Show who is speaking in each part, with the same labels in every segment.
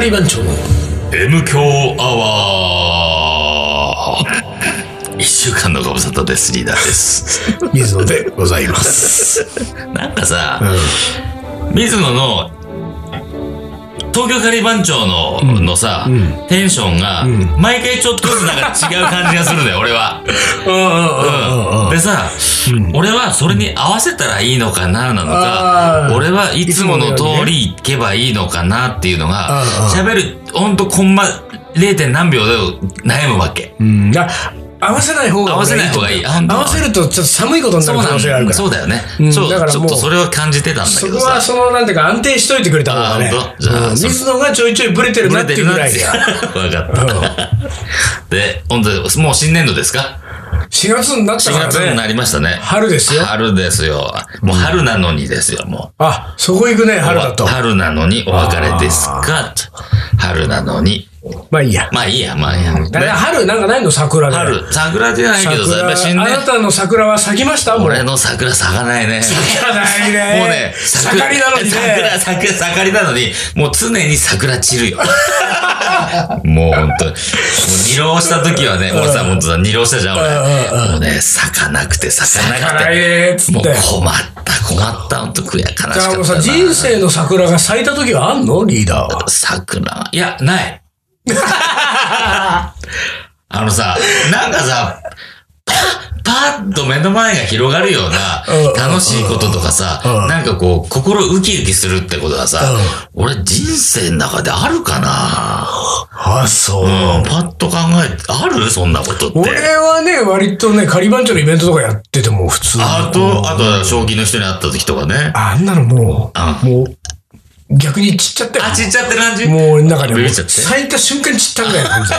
Speaker 1: リー番長の
Speaker 2: M 強アワー一週間のご無沙汰です、リーダーです。
Speaker 1: 水野でございます。
Speaker 2: なんかさ
Speaker 1: う、ん。
Speaker 2: 水野の、東京カリ番長の、
Speaker 1: うん
Speaker 2: のさ、
Speaker 1: うん
Speaker 2: テンションが、
Speaker 1: うん
Speaker 2: 毎回ちょっとずつなんか違う感じがするんだよ、俺は。うんでさ、
Speaker 1: うん
Speaker 2: 俺はそれに合わせたらいいのかな、なの
Speaker 1: あ
Speaker 2: か、
Speaker 1: ー
Speaker 2: 俺はいつもの通り行けばいいのかなっていうのが
Speaker 1: あ、ー
Speaker 2: 喋る、ほんとコンマ 0. 点何秒で悩むわけ。
Speaker 1: うん。いや合わせない方が
Speaker 2: 合わせない方がいい。あ
Speaker 1: 合わせるとちょっと寒いことにな
Speaker 2: そう
Speaker 1: る可
Speaker 2: な
Speaker 1: 能性がある
Speaker 2: ん
Speaker 1: か
Speaker 2: だ。
Speaker 1: ら。
Speaker 2: そうだよね
Speaker 1: う。ん
Speaker 2: そう、
Speaker 1: だから
Speaker 2: ちょ
Speaker 1: も
Speaker 2: っ
Speaker 1: う
Speaker 2: とそれは感じてたんだ
Speaker 1: そ
Speaker 2: け
Speaker 1: こ
Speaker 2: ど
Speaker 1: は
Speaker 2: さ。
Speaker 1: そのなんていうか安定しといてくれた方がね
Speaker 2: あ本当じゃあ
Speaker 1: うん
Speaker 2: そう
Speaker 1: 水野がちょいちょいブレてるなっていうぐらいで
Speaker 2: 分かった。で、本当もう新年度ですか
Speaker 1: 4月になった
Speaker 2: ?4
Speaker 1: から
Speaker 2: 月にな
Speaker 1: ね
Speaker 2: りましたね。
Speaker 1: 春ですよ
Speaker 2: 春ですよ。もう春なのにですよ、もう。
Speaker 1: あそこ行くね春だと
Speaker 2: 春なのにお別れですか春なのに。
Speaker 1: まあいいや
Speaker 2: まあいいや、まあいいや。
Speaker 1: だから
Speaker 2: で
Speaker 1: 春なんかないの桜で
Speaker 2: 春、桜じゃないけどさ、やっぱ新
Speaker 1: 桜あ
Speaker 2: 年
Speaker 1: なたの桜は咲きましたこれ
Speaker 2: 俺の桜咲かないね。
Speaker 1: 咲かないね
Speaker 2: もうね、
Speaker 1: 盛りなのにね
Speaker 2: 桜、桜、盛りなのに、もう常に桜散るよ。 もう本当に。もう二浪した時はね、俺さ、本当さ、二浪したじゃん、俺。もうね、咲かなくて、咲か
Speaker 1: 咲か
Speaker 2: なく
Speaker 1: ない
Speaker 2: て。
Speaker 1: ねっつ
Speaker 2: も
Speaker 1: って
Speaker 2: う困った、困った、本当悔や悲しかっ
Speaker 1: だからもう
Speaker 2: た
Speaker 1: さ
Speaker 2: な。
Speaker 1: 人生の桜が咲いた時はあんのリーダーは
Speaker 2: 桜。いや、ない。 あのさ、なんかさ、パッ、パッと目の前が広がるような
Speaker 1: うん、
Speaker 2: 楽しいこととかさ、
Speaker 1: うん
Speaker 2: なんかこう、心ウキウキするってことがさ、俺人生の中であるかな
Speaker 1: あそう
Speaker 2: うん、パッと考えて、あるそんなことって。
Speaker 1: 俺はね割とね仮番長のイベントとかやってても普通に
Speaker 2: あと、あと、正気の人に会った時とかね。
Speaker 1: あんなのもう、もう、逆に散っちゃって
Speaker 2: あ、ちっちゃって感じ
Speaker 1: もう俺の中でも
Speaker 2: ビビ
Speaker 1: う
Speaker 2: っちゃって
Speaker 1: 咲いた瞬間に散ったぐらい完 全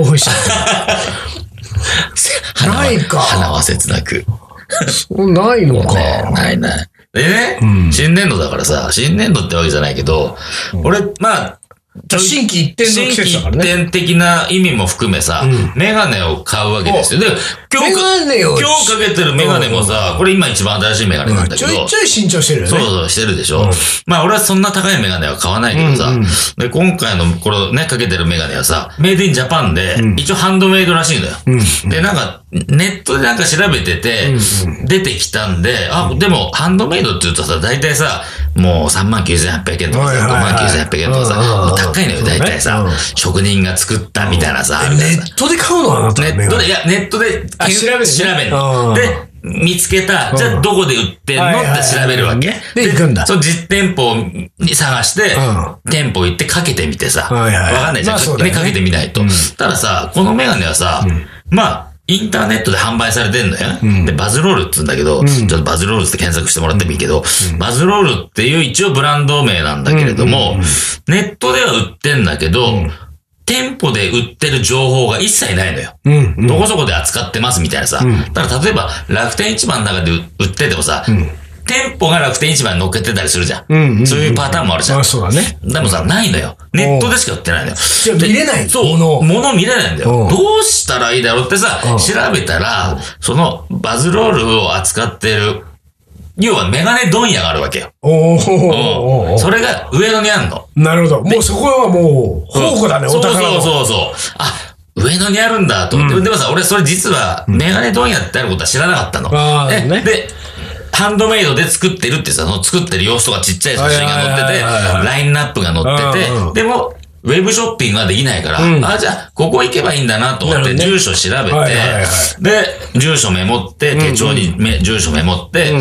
Speaker 1: に興奮しちゃっ
Speaker 2: 花は
Speaker 1: ないか
Speaker 2: 花は切なく。
Speaker 1: て。そうないのか。
Speaker 2: ねないない。でね、
Speaker 1: うん
Speaker 2: 新年度だからさ、新年度ってわけじゃないけど、俺、まあ、ちょい
Speaker 1: 新規一点の
Speaker 2: 新
Speaker 1: 季
Speaker 2: 規
Speaker 1: 節だ
Speaker 2: 一
Speaker 1: からね。
Speaker 2: 点的な意味も含めさ、
Speaker 1: うん
Speaker 2: メガネを買うわけですよ。で、今
Speaker 1: メ
Speaker 2: 日か、
Speaker 1: ガネを
Speaker 2: 今日かけてるメガネもさ、これ今一番新しいメガネなんだけ
Speaker 1: ち
Speaker 2: ど、
Speaker 1: ょいちょい慎重してるよね。
Speaker 2: そうそうしてるでしょ、
Speaker 1: うん
Speaker 2: まあ俺はそんな高いメガネは買わないけどさ、
Speaker 1: うんうん
Speaker 2: で今回のこれね、かけてるメガネはさ、メイドインジャパンで、
Speaker 1: うん
Speaker 2: 一応ハンドメイドらしいんだよ。
Speaker 1: うん
Speaker 2: で、なんか、ネットでなんか調べてて、出てきたんで、あ、でも、ハンドメイドって言うとさ、大体さ、もう3万9800円とか
Speaker 1: はい
Speaker 2: さ、5
Speaker 1: はい
Speaker 2: 万
Speaker 1: はい
Speaker 2: 9800円とかさ、
Speaker 1: うんうんうん
Speaker 2: もう高いのよ、大体さ、
Speaker 1: うん
Speaker 2: 職人が作ったみたいなさ、みたい
Speaker 1: ネ
Speaker 2: なさ
Speaker 1: ットで買うのあなた
Speaker 2: ネ
Speaker 1: メ
Speaker 2: ッ
Speaker 1: ガ
Speaker 2: ト
Speaker 1: ネ
Speaker 2: で、いや、ネットで、
Speaker 1: あ調べるね
Speaker 2: 調べる
Speaker 1: う
Speaker 2: の
Speaker 1: ん
Speaker 2: で、見つけた、じゃ
Speaker 1: う
Speaker 2: あ
Speaker 1: ん
Speaker 2: どこで売ってんの
Speaker 1: はい
Speaker 2: っ
Speaker 1: はいはい
Speaker 2: て調べるわけ。
Speaker 1: で行くんだ
Speaker 2: そう、実店舗に探して
Speaker 1: うん、
Speaker 2: 店舗行ってかけてみてさ、
Speaker 1: は
Speaker 2: わ
Speaker 1: いはいはい
Speaker 2: かんないじゃ
Speaker 1: まあ
Speaker 2: ん。
Speaker 1: そうだよ
Speaker 2: ね
Speaker 1: ね
Speaker 2: かけてみないと
Speaker 1: うん。
Speaker 2: たださ、このメガネはさ、まあ、インターネットで販売されてんのよ
Speaker 1: ん。
Speaker 2: で、バズロールって言うんだけど、ちょっとバズロールって検索してもらってもいいけど、バズロールっていう一応ブランド名なんだけれども、ネットでは売ってんだけど、店舗で売ってる情報が一切ないのよ。
Speaker 1: うんうん
Speaker 2: どこそこで扱ってますみたいなさ。
Speaker 1: ん
Speaker 2: だから例えば楽天市場の中で売っててもさ、店舗が楽天市場に乗っけてたりするじゃん。
Speaker 1: うんうんうん
Speaker 2: そういうパターンもあるじゃん。
Speaker 1: あそうだね。
Speaker 2: でもさ、ないのよ。ネットでしか売ってないのよ。
Speaker 1: じゃあ見れない
Speaker 2: そう、
Speaker 1: もの
Speaker 2: 物見れないんだ
Speaker 1: うん
Speaker 2: よ。どうしたらいいだろうってさ
Speaker 1: うん、
Speaker 2: 調べたら、そのバズロールを扱ってる、要はメガネ問屋があるわけよ。
Speaker 1: おーおーおーおー
Speaker 2: うん。
Speaker 1: おー
Speaker 2: それが上野にあんの。
Speaker 1: なるほど。もうそこはもう、宝庫だね、
Speaker 2: そ
Speaker 1: お
Speaker 2: う
Speaker 1: 宝の。
Speaker 2: そうそうそう。あ、上野にあるんだと思って。でもさ、俺それ実は、メガネ問屋ってあることは知らなかったの。
Speaker 1: あー
Speaker 2: で
Speaker 1: ね
Speaker 2: で、ハンドメイドで作ってるってさ、その作ってる様子とかちっちゃい写真が載ってて、
Speaker 1: はいはいはいはい
Speaker 2: ラインナップが載ってて、
Speaker 1: うんうん
Speaker 2: でも、ウェブショッピングはできないから、
Speaker 1: うん
Speaker 2: あ、じゃあ、ここ行けばいいんだなと思っ
Speaker 1: なる
Speaker 2: て、
Speaker 1: ほどね
Speaker 2: 住所調べて、
Speaker 1: はいはいはい
Speaker 2: で、住所メモって、手帳にめ、住所メモって、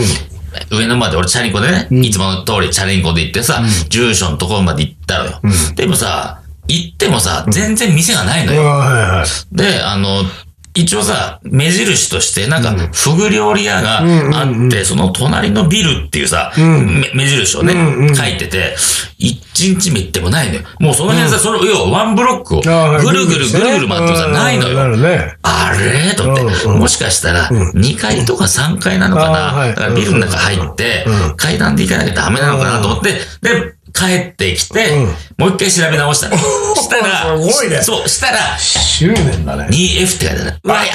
Speaker 2: 上野まで俺チャリンコでね、いつもの通りチャリンコで行ってさ、住所のところまで行ったのよ。でもさ、行ってもさ、全然店がないの
Speaker 1: うん
Speaker 2: よ。
Speaker 1: はいはい。
Speaker 2: で、あの、一応さ、目印として、なんか、フグ料理屋があって、その隣のビルっていうさ、め目印をね
Speaker 1: うんうん、
Speaker 2: 書いてて、一日目行ってもないのよ。もうその辺さ、その、要はワンブロックを、ぐ
Speaker 1: あー
Speaker 2: るぐるぐるぐる回ってもさ、ないのよ。
Speaker 1: なるね。
Speaker 2: あれと思って、
Speaker 1: うんうん
Speaker 2: もしかしたら、2階とか3階なのか
Speaker 1: あーはい
Speaker 2: なだからビルの中入って
Speaker 1: うん、
Speaker 2: 階段で行かなきゃダメなのかなと思って、で、帰ってきて
Speaker 1: うん、
Speaker 2: もう一回調べ直した の。したら、
Speaker 1: すごいね
Speaker 2: そう、したら、
Speaker 1: 執念だね。
Speaker 2: 2F って書いてある。うわ、いや、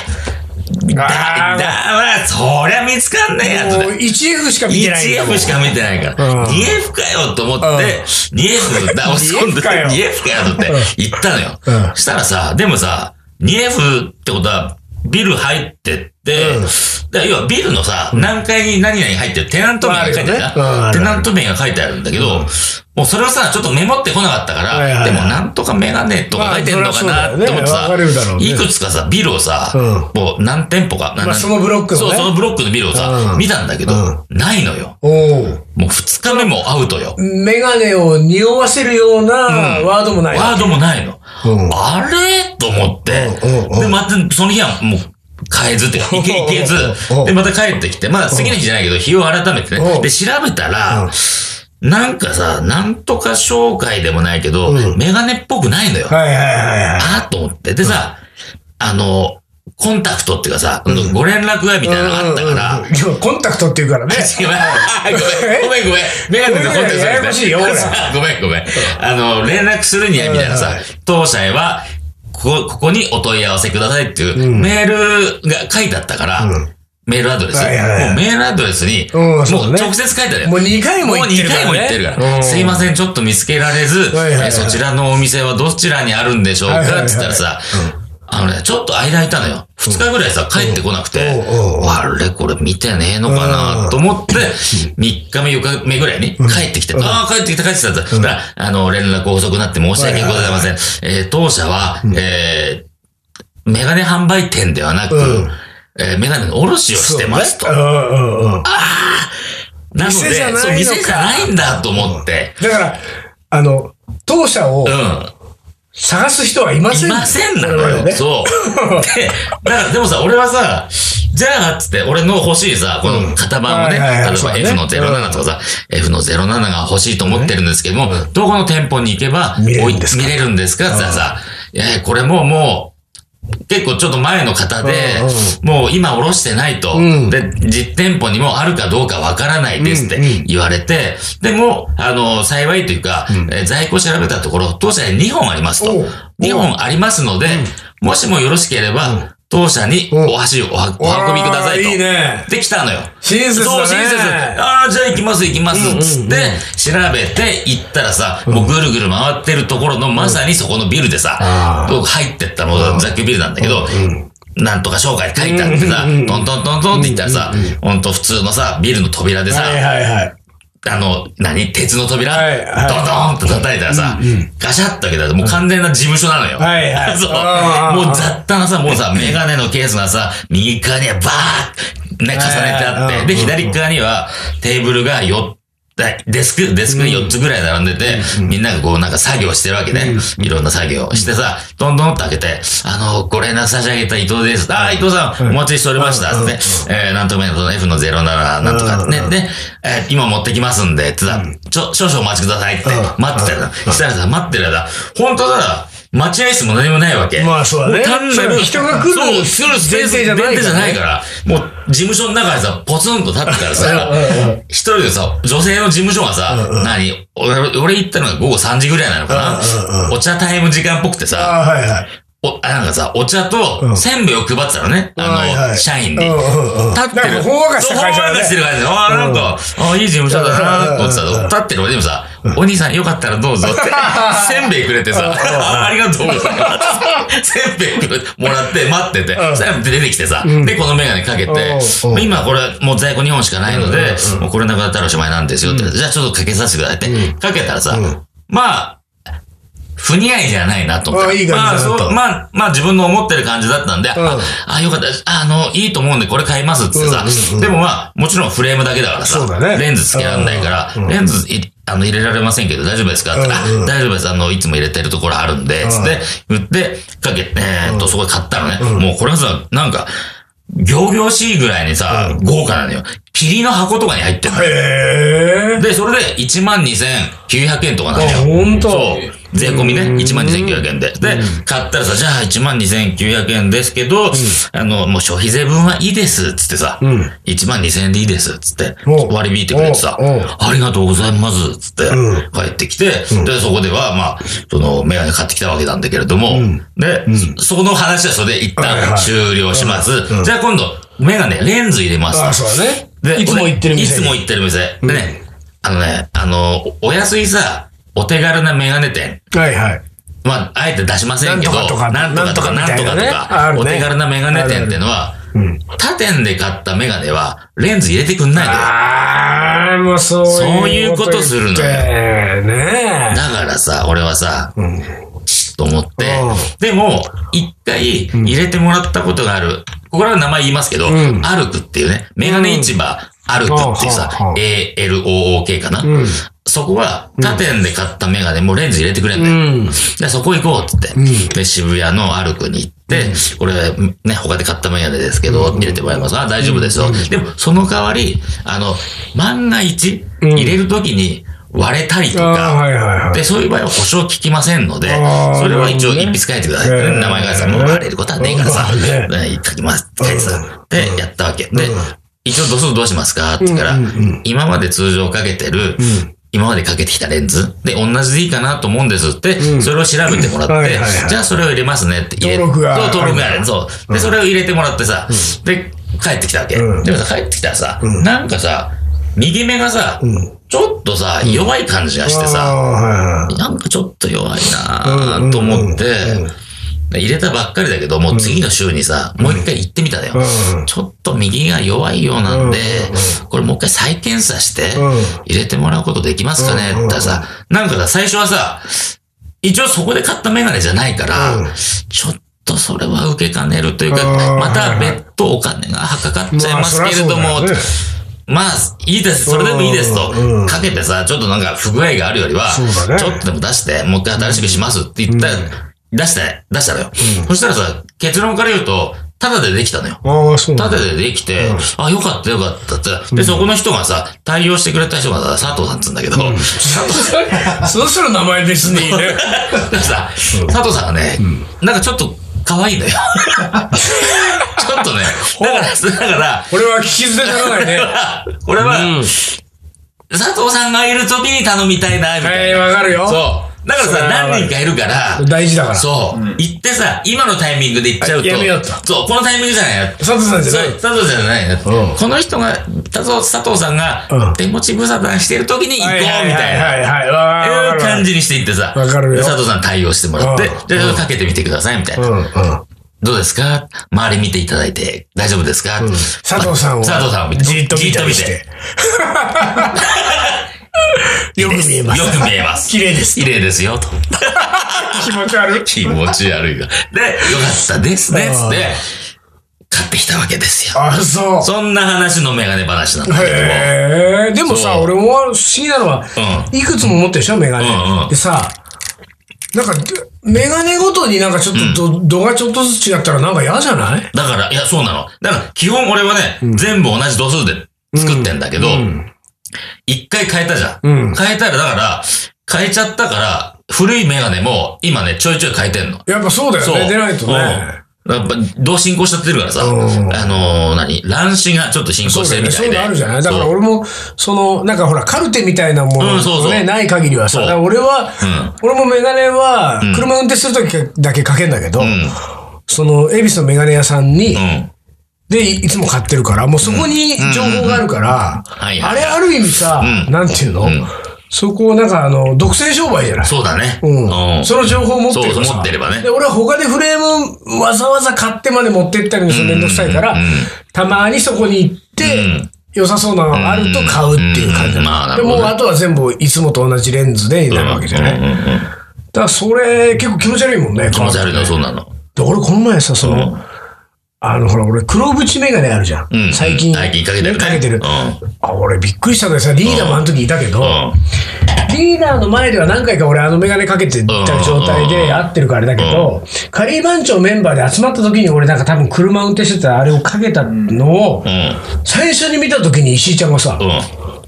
Speaker 2: だ、
Speaker 1: あー
Speaker 2: だから、そりゃ見つかんねえやつだ
Speaker 1: もう 1F しか見てないんだもん。
Speaker 2: 1F しか見てないから、
Speaker 1: うん
Speaker 2: 2F かよと思って、
Speaker 1: うん
Speaker 2: 2F だ、押し込んで
Speaker 1: 2F かよ
Speaker 2: 2F かよと思って行ったのよ。
Speaker 1: うん
Speaker 2: したらさ、でもさ、2F ってことは、ビル入ってって、だから要はビルのさ、何階に何々入ってる、テナント名が書いてある
Speaker 1: まああるよねうんあ
Speaker 2: な。
Speaker 1: る
Speaker 2: テナント名が書いてあるんだけど、もうそれをさ、ちょっとメモってこなかったか
Speaker 1: はいはいは
Speaker 2: ら、
Speaker 1: い
Speaker 2: でもなんとかメガネとか書いてんのかなって思っ
Speaker 1: ま
Speaker 2: て
Speaker 1: あそりゃそうだよねわかるだろ
Speaker 2: さ、
Speaker 1: うね
Speaker 2: いくつかさ、ビルをさ、
Speaker 1: う
Speaker 2: もう何店舗か、
Speaker 1: まあそのブロックのね
Speaker 2: そう、そのブロックのビルをさ、
Speaker 1: うん
Speaker 2: 見たんだけど、ないのよ。
Speaker 1: おう
Speaker 2: もう二日目もアウトよ。
Speaker 1: メガネを匂わせるようなワードもない。
Speaker 2: ワードもないの。
Speaker 1: うん
Speaker 2: あれと思って
Speaker 1: うんうんうん。
Speaker 2: で、また、その日はもう、変えずっていうか、いけ、いけず
Speaker 1: うんうんうん。
Speaker 2: で、また帰ってきて、まあ、次の日じゃないけど、日を改めて
Speaker 1: う
Speaker 2: ね。
Speaker 1: ん
Speaker 2: で、調べた
Speaker 1: うん
Speaker 2: ら、なんかさ、なんとか紹介でもないけど
Speaker 1: う、ん
Speaker 2: メガネっぽくないのよ。
Speaker 1: はいはいはいはい。
Speaker 2: あーと思って。でさ、あの、コンタクトっていうかさ、ご連絡がみたいなのがあったから、
Speaker 1: うんうんうん。コンタクトっていうからね。
Speaker 2: 違うごめんごめんごめん。メガネのコンタクト
Speaker 1: ややこしいよ俺
Speaker 2: ごめんごめん。あの、連絡するには、みたいな
Speaker 1: は
Speaker 2: さ
Speaker 1: いはい、
Speaker 2: 当社へは、ここ、ここにお問い合わせくださいっていう、
Speaker 1: ん
Speaker 2: メールが書いてあったから、
Speaker 1: ん
Speaker 2: メールアドレス。
Speaker 1: はいはいはい
Speaker 2: もうメールアドレスに、
Speaker 1: うん
Speaker 2: もう
Speaker 1: そうだね
Speaker 2: 直接書いてあるよ
Speaker 1: もう2回も
Speaker 2: も
Speaker 1: 行
Speaker 2: う
Speaker 1: っ
Speaker 2: 2
Speaker 1: てるから、
Speaker 2: 回
Speaker 1: ね。
Speaker 2: も行ってるから。すいま
Speaker 1: ん。
Speaker 2: せん、ちょっと見つけられず、
Speaker 1: はいはいはい
Speaker 2: えそちらのお店はどちらにあるんでしょうか
Speaker 1: はいはいはい
Speaker 2: って言ったらさ、あのね、ちょっと間空いたのよ。2日ぐらいさ、帰ってこなくて
Speaker 1: うんうんう、ん
Speaker 2: あれこれ見てねえのかなと思って、3日目、4日目ぐらいに帰ってきて、ああ、帰ってきた、帰ってきたって言ったら、あの、連絡遅くなって申し訳ございません。えー当社は、えーメガネ販売店ではなく
Speaker 1: うん、
Speaker 2: えーメガネの卸をしてますと
Speaker 1: う。んうんうん。
Speaker 2: なので、
Speaker 1: 店じゃないのか
Speaker 2: そう、店じゃないんだと思って。
Speaker 1: だから、あの、当社を
Speaker 2: う
Speaker 1: 探す人はいま
Speaker 2: ん。
Speaker 1: せ
Speaker 2: い
Speaker 1: ん。
Speaker 2: ませんな
Speaker 1: 我
Speaker 2: の
Speaker 1: 々
Speaker 2: よ。
Speaker 1: ね
Speaker 2: そう。で、だから、でもさ、俺はさ、じゃあ、つって、俺の欲しいさ、この型番をね、
Speaker 1: うんはいはいはいそうだ
Speaker 2: 例
Speaker 1: ね
Speaker 2: えば F の07とかさ、F の07が欲しいと思ってるんですけども、どこの店舗に行けば
Speaker 1: 見れるんですか
Speaker 2: おい見れるんですかって言ったらさ、えーこれもうもう、結構ちょっと前の方で、もう今おろしてないと、
Speaker 1: うん
Speaker 2: で、実店舗にもあるかどうかわからないですって
Speaker 1: うんうん
Speaker 2: 言われて、でも、あの、幸いというか、えー在庫調べたところ、当社に2本ありますと
Speaker 1: おう。
Speaker 2: 2本ありますので、もしもよろしければ、当社にお箸をおはお運びくださいと。
Speaker 1: あーいいね。
Speaker 2: できたのよ。
Speaker 1: 親切だね
Speaker 2: そう、親切。ああ、じゃあ行きます、行きます。つって、調べて行ったらさ、もうぐるぐる回ってるところのまさにそこのビルでさ
Speaker 1: あ、
Speaker 2: 僕入ってったのが雑居ビルなんだけど、なんとか紹介書いてあってさ、トントントントンって言ったらさ、ほんと普通のさ、ビルの扉でさ、
Speaker 1: はいはいはい。
Speaker 2: あの、何鉄の扉、
Speaker 1: はいは
Speaker 2: ドドーンと叩いたらさ、ガシャッと開けたら、もう完全な事務所なのよ。
Speaker 1: はいはい
Speaker 2: そう
Speaker 1: あ。ー
Speaker 2: もう雑多なさ、もうさ、メガネのケースがさ、右側にはバー
Speaker 1: はいはい
Speaker 2: ッね、重ねてあっ
Speaker 1: う
Speaker 2: て、
Speaker 1: ん
Speaker 2: で、左側にはテーブルが4デスク、デスクに4つぐらい並んでて、みんながこうなんか作業してるわけね。いろんな作業をしてさ、どんどんと開けて、あの、ご連絡差し上げた伊藤です。ああ、伊藤さん、お待ちしておりました。つって、えー、なんとかの F の07なんとかね、で、えー今持ってきますんで、つってさ、ちょ、少々お待ちくださいって、待ってたら、したらさ、待ってる間、本当だら、待合室も何もないわけ。
Speaker 1: まあそうだね
Speaker 2: も単な
Speaker 1: そ
Speaker 2: る
Speaker 1: う人が来る
Speaker 2: そう、来るスペース
Speaker 1: 前提じゃないからね
Speaker 2: 前提じゃないから、もう事務所の中でさ、ポツンと立ってたらさ
Speaker 1: うんう、
Speaker 2: 一人でさ、女性の事務所がさ、何俺、俺行ったのが午後3時ぐらいなのか
Speaker 1: うんうん
Speaker 2: なお茶タイム時間っぽくて
Speaker 1: あ
Speaker 2: さ、
Speaker 1: ーはいはい。
Speaker 2: お、あ、なんかさ、お茶
Speaker 1: う
Speaker 2: と
Speaker 1: ん
Speaker 2: せんべいを配ってたのね、
Speaker 1: はい
Speaker 2: あ
Speaker 1: は
Speaker 2: の、
Speaker 1: い
Speaker 2: 社員
Speaker 1: う
Speaker 2: に
Speaker 1: ん。うんうん。
Speaker 2: 立って
Speaker 1: なん
Speaker 2: る。
Speaker 1: かほんわかした会社
Speaker 2: そうほ
Speaker 1: だ
Speaker 2: んわかして
Speaker 1: ね。
Speaker 2: る感じ。ああ、なんか、ああ、いい事務所だな、と思ってさ、立ってる俺でもさ、お兄さんよかったらど うぞって、せんべいくれてさ、あありがとうございます。せんべいくれてもらって、待ってて、せんべい出てきてさ、で、このメガネかけて、
Speaker 1: うんうん
Speaker 2: 今これ、もう在庫2本しかないので、もうこれなくなったらおしまいなんですよって、じゃあちょっとかけさせてくださいって、かけたらさ、まあ、不似合いじゃないなと思っ
Speaker 1: あ
Speaker 2: て。
Speaker 1: いい感じ
Speaker 2: ま
Speaker 1: だ
Speaker 2: あ、
Speaker 1: な
Speaker 2: そう
Speaker 1: と
Speaker 2: まあ、まあ自分の思ってる感じだったんで、ああ、よかった。あの、いいと思うんでこれ買いますっつってさ、でもまあ、もちろんフレームだけだからさ、
Speaker 1: そうだね
Speaker 2: レンズ付けられないから、レンズいあの入れられませんけど大丈夫ですかって、あ大丈夫です。あの、いつも入れてるところあるんで、つって、言って、かけ、えーっと、そこで買ったのね。もうこれはさ、なんか、行々しいぐらいにさ、豪華なのよ。霧の箱とかに入ってるの。
Speaker 1: へえ。
Speaker 2: で、それで12,900円とかなのよ。
Speaker 1: あ、ほんと。
Speaker 2: そう。税込みね、1万2900円で。で、買ったらさ、じゃあ1万2900円ですけど、あの、もう消費税分はいいです、つってさ、
Speaker 1: ん
Speaker 2: 1万2000円でいいです、つって、
Speaker 1: おう
Speaker 2: 割り引いてくれてさ、
Speaker 1: おうおう
Speaker 2: ありがとうございます、つって、
Speaker 1: うん
Speaker 2: 帰ってきて、で、そこでは、まあ、その、メガネ買ってきたわけなんだけれども、で、そこの話はそれで一
Speaker 1: はいは
Speaker 2: 旦
Speaker 1: い
Speaker 2: 終了します。じゃあ今度、メガネ、レンズ入れます。
Speaker 1: ああ、そうだね。
Speaker 2: で
Speaker 1: いつも行ってる店
Speaker 2: いつ
Speaker 1: に
Speaker 2: も行ってる店。でね、あのね、あの、おお安いさ、お手軽なメガネ店。
Speaker 1: はいはい。
Speaker 2: まあ、あえて出しませんけど、
Speaker 1: なんとかとか
Speaker 2: なんとかとか、
Speaker 1: な
Speaker 2: なん
Speaker 1: と
Speaker 2: んと
Speaker 1: か
Speaker 2: か
Speaker 1: みたいな
Speaker 2: と
Speaker 1: ねあ
Speaker 2: か、
Speaker 1: るね
Speaker 2: お手軽なメガネ店ってのは、他店で買ったメガネは、レンズ入れてくんないのよ。
Speaker 1: ああ、もうそう
Speaker 2: そういうことするのよ
Speaker 1: よ。ね
Speaker 2: だからさ、俺はさ、チッと思って
Speaker 1: うん、
Speaker 2: でも、一回入れてもらったことがある、ここらは名前言いますけど、
Speaker 1: ん
Speaker 2: 歩くっていうね、メガネ市場、歩くっていうさ
Speaker 1: はあはあ、
Speaker 2: ALOOK かな。そこは他店で買ったメガネもレンズ入れてくれんだ
Speaker 1: え。う
Speaker 2: よ。
Speaker 1: ん。
Speaker 2: で、そこ行こうって言って、で、渋谷の歩くに行って、これ、ね、他で買ったメガネですけど、入れてもらいます。あ、大丈夫ですよ。でも、その代わり、あの、万が一、入れるときに割れたりと
Speaker 1: ああ、
Speaker 2: か、
Speaker 1: はいはいはい。
Speaker 2: で、そういう場合は保証聞きませんので
Speaker 1: あー、
Speaker 2: それは一応
Speaker 1: なるほどね
Speaker 2: 一筆書いてくださいってね。
Speaker 1: ええ
Speaker 2: 名前がさ、もうバレることはねえからさ、
Speaker 1: うんね
Speaker 2: ね書きます、書いてさ。で、やったわけ。で、一応度数どうしますかって言うから、今まで通常かけてる、今までかけてきたレンズで、同じでいいかなと思うんですって、それを調べてもら
Speaker 1: はい
Speaker 2: っ
Speaker 1: はい
Speaker 2: て
Speaker 1: はい、
Speaker 2: じゃあそれを入れますねって入れ
Speaker 1: 登録が
Speaker 2: そう登録がある。そう。で、それを入れてもらってさ、で、帰ってきたわけ。
Speaker 1: うん
Speaker 2: でもさ、帰ってきたらさ、なんかさ、右目がさ、ちょっとさ、弱い感じがしてさ、
Speaker 1: ああ
Speaker 2: なんかちょっと弱いなぁと思って、で入れたばっかりだけど、もう次の週にさ、もう一回行ってみたのよ
Speaker 1: うん。
Speaker 2: ちょっと右が弱いようなんで、これもう一回再検査して
Speaker 1: うん、
Speaker 2: 入れてもらうことできますかねって言ったらさ、なんかさ、最初はさ、一応そこで買ったメガネじゃないから、ちょっとそれは受けかねるというか
Speaker 1: う、ん
Speaker 2: また別途お金がはかかっちゃいますけれど
Speaker 1: まあそりゃそう
Speaker 2: も
Speaker 1: だよね、
Speaker 2: まあ、いいです。それでもいいですと
Speaker 1: うん。
Speaker 2: かけてさ、ちょっとなんか不具合があるよりは、
Speaker 1: そうだね
Speaker 2: ちょっとでも出して、もう一回新しくしますって言ったら、出して、出したのよ。そしたらさ、結論から言うと、タダでできたのよ。
Speaker 1: ああ、そうな
Speaker 2: タ
Speaker 1: んだ。
Speaker 2: ダでできて、あ、よかったよかったって。で、そこの人がさ、対応してくれた人がさ、佐藤さんっつうんだけど、 佐藤さん
Speaker 1: そうする名前別にいいね。
Speaker 2: でもさ、佐藤さんがね、なんかちょっと可愛い のよ。ちょっとね、だから、だから、
Speaker 1: これは聞き捨てならないね。
Speaker 2: 俺は、佐藤さんがいる時に頼みたいな、みたいな。
Speaker 1: はい、わかるよ。
Speaker 2: そう。だから
Speaker 1: それ
Speaker 2: さ、
Speaker 1: はわかる
Speaker 2: 何人かいるから、
Speaker 1: 大事だから。
Speaker 2: そう、行ってさ、今のタイミングで行っちゃうと、
Speaker 1: あやめようと
Speaker 2: そう、このタイミングじゃないよ。
Speaker 1: 佐藤さんじゃ
Speaker 2: そ
Speaker 1: な
Speaker 2: う
Speaker 1: い。
Speaker 2: 佐藤さんじゃないよ。
Speaker 1: うん
Speaker 2: この人が、佐藤佐藤さん
Speaker 1: うん
Speaker 2: が、手持ち無沙汰してる時に行こう、みた
Speaker 1: はいは
Speaker 2: いな。
Speaker 1: いはいはいはい。わか
Speaker 2: いう
Speaker 1: るわ
Speaker 2: 感じにしていってさ、
Speaker 1: わかるよ
Speaker 2: で佐藤さん対応してもらって
Speaker 1: うん、
Speaker 2: で、かけてみてください、みたいな。
Speaker 1: うんうん。
Speaker 2: どうですか周り見ていただいて、大丈夫ですか
Speaker 1: 佐藤さんを。
Speaker 2: 佐藤さんを見て。
Speaker 1: じっと見たりし。
Speaker 2: じって
Speaker 1: よく見え
Speaker 2: よ
Speaker 1: ます。
Speaker 2: く見えます。
Speaker 1: 綺麗です
Speaker 2: 綺麗ですよ、と。
Speaker 1: 気持ち悪い。
Speaker 2: 気持ち悪いが。 で、よかったですね、つって、買ってきたわけですよ。
Speaker 1: あ、そう。
Speaker 2: そんな話のメガネ話なんだけども。
Speaker 1: へえ。でもさ、
Speaker 2: そう
Speaker 1: 俺も不思議なのは、いくつも持ってるでしょ、メガ
Speaker 2: うんう
Speaker 1: ネ。
Speaker 2: ん
Speaker 1: でさ、なんか、メガネごとになんかちょっとど、度がちょっとずつ違ったらなんか嫌じゃない
Speaker 2: だから、いや、そうなの。だから、基本俺はね、全部同じ度数で作ってんだけど、一、回変えたじゃん。
Speaker 1: うん
Speaker 2: 変えたら、だから、変えちゃったから、古いメガネも、今ね、ちょいちょい変えてんの。
Speaker 1: やっぱそうだよ
Speaker 2: そう。
Speaker 1: ね。出ないとね。
Speaker 2: うん。やっぱ、どう進行しちゃってるからさ、あ
Speaker 1: うん
Speaker 2: のー、何乱視がちょっと進
Speaker 1: そ
Speaker 2: 行
Speaker 1: う
Speaker 2: し
Speaker 1: だ
Speaker 2: て
Speaker 1: よ
Speaker 2: るみ
Speaker 1: ね。
Speaker 2: た
Speaker 1: そうい
Speaker 2: い
Speaker 1: う
Speaker 2: で。
Speaker 1: のあるじゃないだから
Speaker 2: そう
Speaker 1: 俺も、その、なんかほら、カルテみたいなもの
Speaker 2: うんそうそう
Speaker 1: ね、ない限りはさ、
Speaker 2: そう
Speaker 1: だから俺は、俺もメガネは、車運転するときだけかけんだけど、その、恵比寿のメガネ屋さんに
Speaker 2: う、ん。
Speaker 1: で、いいつも買ってるから、もうそこに情報があるから、
Speaker 2: はいは
Speaker 1: あ
Speaker 2: い
Speaker 1: れある意味さ、
Speaker 2: うん
Speaker 1: なんていうの、
Speaker 2: ん
Speaker 1: そこをなんかあの、独占商売じゃない
Speaker 2: そうだね。
Speaker 1: うん、その情報を持ってればさ
Speaker 2: そう持ってればね
Speaker 1: で、俺は他でフレームわざわざ買ってまで持ってったりもめんどくさいから、
Speaker 2: うんうんうん
Speaker 1: たまにそこに行って、
Speaker 2: うん
Speaker 1: 良さそうなのがあると買うっていう感じ、
Speaker 2: うんうんまあな
Speaker 1: で
Speaker 2: るほど
Speaker 1: も
Speaker 2: ね
Speaker 1: うあとは全部いつもと同じレンズでになるわけじゃない、
Speaker 2: うんうんうん
Speaker 1: だからそれ結構気持ち悪いもんね。
Speaker 2: 気持ち悪いの、
Speaker 1: で
Speaker 2: そうなの。
Speaker 1: 俺この前さ、その、
Speaker 2: うん
Speaker 1: あのほら俺黒縁メガネあるじゃん。
Speaker 2: うん
Speaker 1: 最近。
Speaker 2: 最近かけてるね。
Speaker 1: かけてる
Speaker 2: う。ん。
Speaker 1: あ、俺びっくりしたのがさ、リーダーもあの時いたけど、
Speaker 2: うん。
Speaker 1: リーダーの前では何回か俺あのメガネかけてた状態で会ってるからあれだけど、カリー番長メンバーで集まった時に俺なんか多分車運転してたあれをかけたのを
Speaker 2: う、ん。
Speaker 1: 最初に見た時に石井ちゃんがさ
Speaker 2: う、 ん。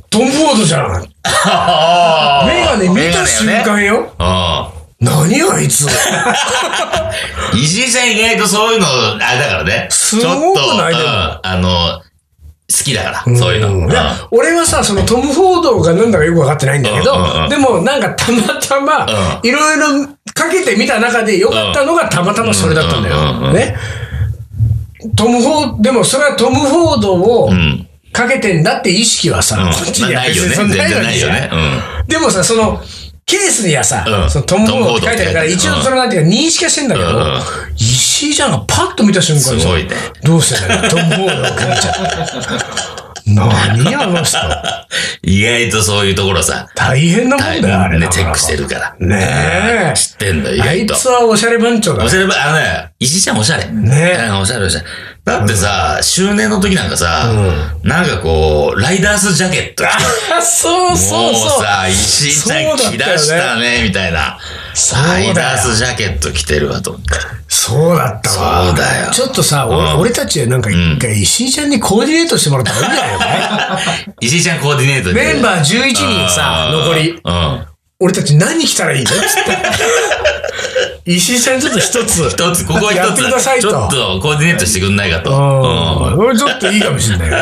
Speaker 1: トム・フォードじゃん。
Speaker 2: ああ
Speaker 1: メガネ見た瞬間よ。
Speaker 2: あ
Speaker 1: 何あいつ。
Speaker 2: 石井ちゃん意外とそういうの、あれだからね。
Speaker 1: すごくない
Speaker 2: ちょっと
Speaker 1: で
Speaker 2: う
Speaker 1: も
Speaker 2: んあの、好きだから、そういうの。うん
Speaker 1: いや俺はさ、そのトム・フォードがなんだかよく分かってないんだけど、
Speaker 2: うんうんうん
Speaker 1: でもなんかたまたま、
Speaker 2: う
Speaker 1: いろいろかけてみた中で良かったのがたまたまそれだったんだ
Speaker 2: うんうん
Speaker 1: よ。
Speaker 2: うんうん
Speaker 1: ね。トム・フォード、でもそれはトム・フォードを
Speaker 2: うん
Speaker 1: かけてんだって意識はさ、
Speaker 2: うん
Speaker 1: こっちに
Speaker 2: まあ
Speaker 1: は
Speaker 2: ないよ
Speaker 1: 別
Speaker 2: ね。
Speaker 1: にそん
Speaker 2: 全
Speaker 1: な
Speaker 2: 然
Speaker 1: わ
Speaker 2: な
Speaker 1: け
Speaker 2: い
Speaker 1: じゃ
Speaker 2: よ
Speaker 1: ん
Speaker 2: ね。うん
Speaker 1: でもさ、その、ケースにはさ、
Speaker 2: うん
Speaker 1: そのトム・フォードって書いてあるから、
Speaker 2: トム
Speaker 1: 一
Speaker 2: フォー
Speaker 1: 応
Speaker 2: ドって書いてある
Speaker 1: それなんていうか認識はしてんだけど、
Speaker 2: うんうん
Speaker 1: 石井じゃんがパッと見た瞬間に
Speaker 2: す
Speaker 1: さ
Speaker 2: ごいね
Speaker 1: どうしてだよ、トム・フォードが書いちゃった。何あ の人。
Speaker 2: 意外とそういうところさ、
Speaker 1: 大変なもんだ
Speaker 2: 大
Speaker 1: よ、あれな
Speaker 2: 変ね、
Speaker 1: か
Speaker 2: チェ
Speaker 1: な
Speaker 2: ッ
Speaker 1: か
Speaker 2: クしてるから。
Speaker 1: ねえ
Speaker 2: 知ってんだよ、意
Speaker 1: あ
Speaker 2: 外
Speaker 1: い
Speaker 2: と。
Speaker 1: つはおしゃれ番長だ
Speaker 2: お。しゃれば、あのね、石井ちゃんおしゃれ。
Speaker 1: ね
Speaker 2: うんおしゃれおしゃれ。だってさ、周年の時なんかさ、なんかこう、ライダースジャケット着て
Speaker 1: あ、そうそう
Speaker 2: もう
Speaker 1: そう。
Speaker 2: さ、石井ちゃん着だしたね、みたいな。
Speaker 1: そうだ
Speaker 2: ラ
Speaker 1: よ
Speaker 2: イダースジャケット着てるわ、と思って。
Speaker 1: そうだったわ。
Speaker 2: そうだよ
Speaker 1: ちょっとさ、お
Speaker 2: うん
Speaker 1: 俺たちなんか一回石井ちゃんにコーディネートしてもらった方がいいんじゃないのね
Speaker 2: 石井ちゃんコーディネート
Speaker 1: メンバー
Speaker 2: ー
Speaker 1: 11人さ、残り
Speaker 2: うん。。あ
Speaker 1: 俺たち何着たらいいのつ って。石井さんちょっと一つ。
Speaker 2: ー一つ、ここは
Speaker 1: や
Speaker 2: 一
Speaker 1: ってください
Speaker 2: つ、ち
Speaker 1: と
Speaker 2: ょっとコーディネートしてくんないかと。
Speaker 1: う
Speaker 2: うん
Speaker 1: ん。俺ちょっといいかもしれないよ。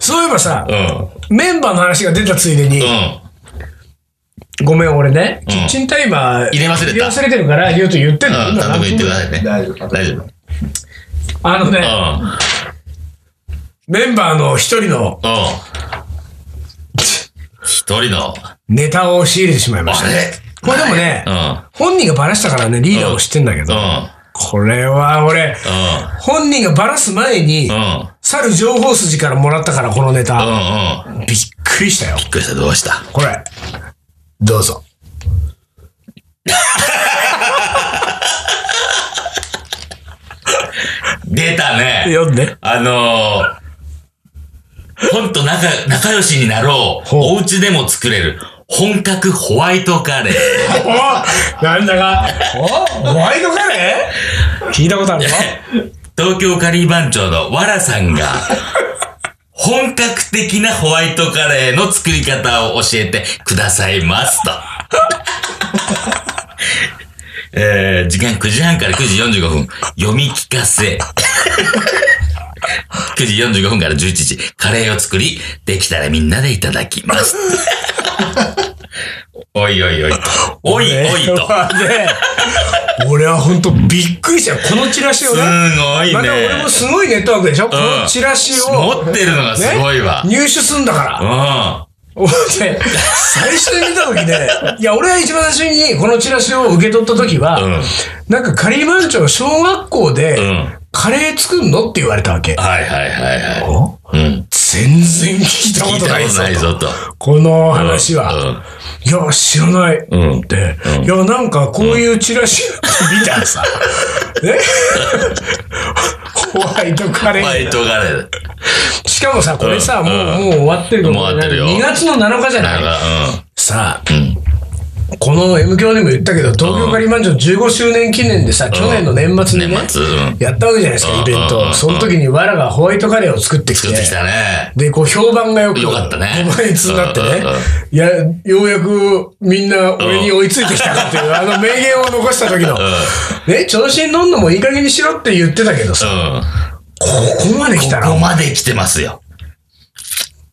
Speaker 1: そういえばさ、
Speaker 2: うん。
Speaker 1: メンバーの話が出たついでに
Speaker 2: う、ん。
Speaker 1: ごめん俺ね、キッチンタイマー
Speaker 2: 入れ忘れた
Speaker 1: 入れてるから、言うと言ってんの
Speaker 2: うん。単
Speaker 1: 今
Speaker 2: 独言ってくださいね。
Speaker 3: 大丈夫
Speaker 2: 大丈夫。
Speaker 1: あのね、
Speaker 2: うん。うん。
Speaker 1: メンバーの一人の
Speaker 2: 一人の、
Speaker 1: ネタを仕入れてしまいまし
Speaker 2: あ
Speaker 1: た。
Speaker 2: れ
Speaker 1: これでもね
Speaker 2: うん。うん。
Speaker 1: 本人がバラしたからね、リーダーを知ってんだけど、これは俺、
Speaker 2: う
Speaker 1: 本人がバラす前に、
Speaker 2: ん。うん。
Speaker 1: 去る情報筋からもらったから、このネ
Speaker 2: う
Speaker 1: タ。
Speaker 2: ん。うん。
Speaker 1: びっくりしたよ。
Speaker 2: びっくりした、どうした
Speaker 1: これ。どうぞ。
Speaker 2: 出たね。
Speaker 1: 読んで。
Speaker 2: あのー、ほんと仲、仲良しになろう。
Speaker 1: ほう
Speaker 2: お家でも作れる。本格ホワイトカレー。
Speaker 1: おなんだか、おホワイトカレー聞いたことあるぞ。
Speaker 2: 東京カリー番長のわらさ んが、本格的なホワイトカレーの作り方を教えてくださいますと。 えー、時間9時半から9時45分、読み聞かせ。9時45分から11時、カレーを作り、できたらみんなでいただきます。 おいおいおいと。おいおいと。
Speaker 1: ね俺は本当びっくりしたよ。このチラシを
Speaker 2: す
Speaker 1: ね。
Speaker 2: ごい
Speaker 1: ま
Speaker 2: ね
Speaker 1: た。俺もすごいネットワークでしょ、このチラシを、
Speaker 2: 持ってるのがすごいわ。
Speaker 1: 入手すんだから。
Speaker 2: うん。
Speaker 1: 俺ね、最初に見た時ね、いや、俺は一番最初にこのチラシを受け取った時は、
Speaker 2: うん
Speaker 1: なんかカリーマンチョ小学校で、
Speaker 2: うん
Speaker 1: カレー作んのって言われたわけ。
Speaker 2: はいはいはいは
Speaker 1: お
Speaker 2: い。うん。
Speaker 1: 全然聞いた
Speaker 2: 聞
Speaker 1: こ
Speaker 2: い
Speaker 1: と
Speaker 2: た
Speaker 1: な
Speaker 2: こ
Speaker 1: い
Speaker 2: と
Speaker 1: ぞ
Speaker 2: な。いぞと。
Speaker 1: この話は。
Speaker 2: うん
Speaker 1: いや、知らない。って、
Speaker 2: うん
Speaker 1: いや、なんかこういうチラシ見たらさ、 ねホワイトカレ
Speaker 2: ホワイ
Speaker 1: ー。
Speaker 2: トカレー。
Speaker 1: しかもさ、これさ、
Speaker 2: うん
Speaker 1: もう、もう終わってると思う。
Speaker 2: もう終わってるよ
Speaker 1: 2月の7日じゃな
Speaker 2: な
Speaker 1: い
Speaker 2: んか、
Speaker 1: さあ、
Speaker 2: うん。うん。
Speaker 1: この M 教にも言ったけど、東京カリーマンジョン15周年記念でさ、去年の年末にね
Speaker 2: 年、末、うん。
Speaker 1: やったわけじゃないですか、イベン
Speaker 2: うんうんう
Speaker 1: ト。
Speaker 2: ん
Speaker 1: その時にわらがホワイトカレーを作ってきて
Speaker 2: 作っ。てきたね。
Speaker 1: で、こう、評判がよく、
Speaker 2: よかったね
Speaker 1: 5倍つになってね
Speaker 2: うんうんうん。
Speaker 1: いや、ようやくみんな俺に追いついてきたかっていう、あの名言を残した時の、ね、調子に乗んのもいい加減にしろって言ってたけど
Speaker 2: う
Speaker 1: さ、
Speaker 2: ん。
Speaker 1: ここまで来た
Speaker 2: こ
Speaker 1: ら
Speaker 2: こ、まで来てますよ。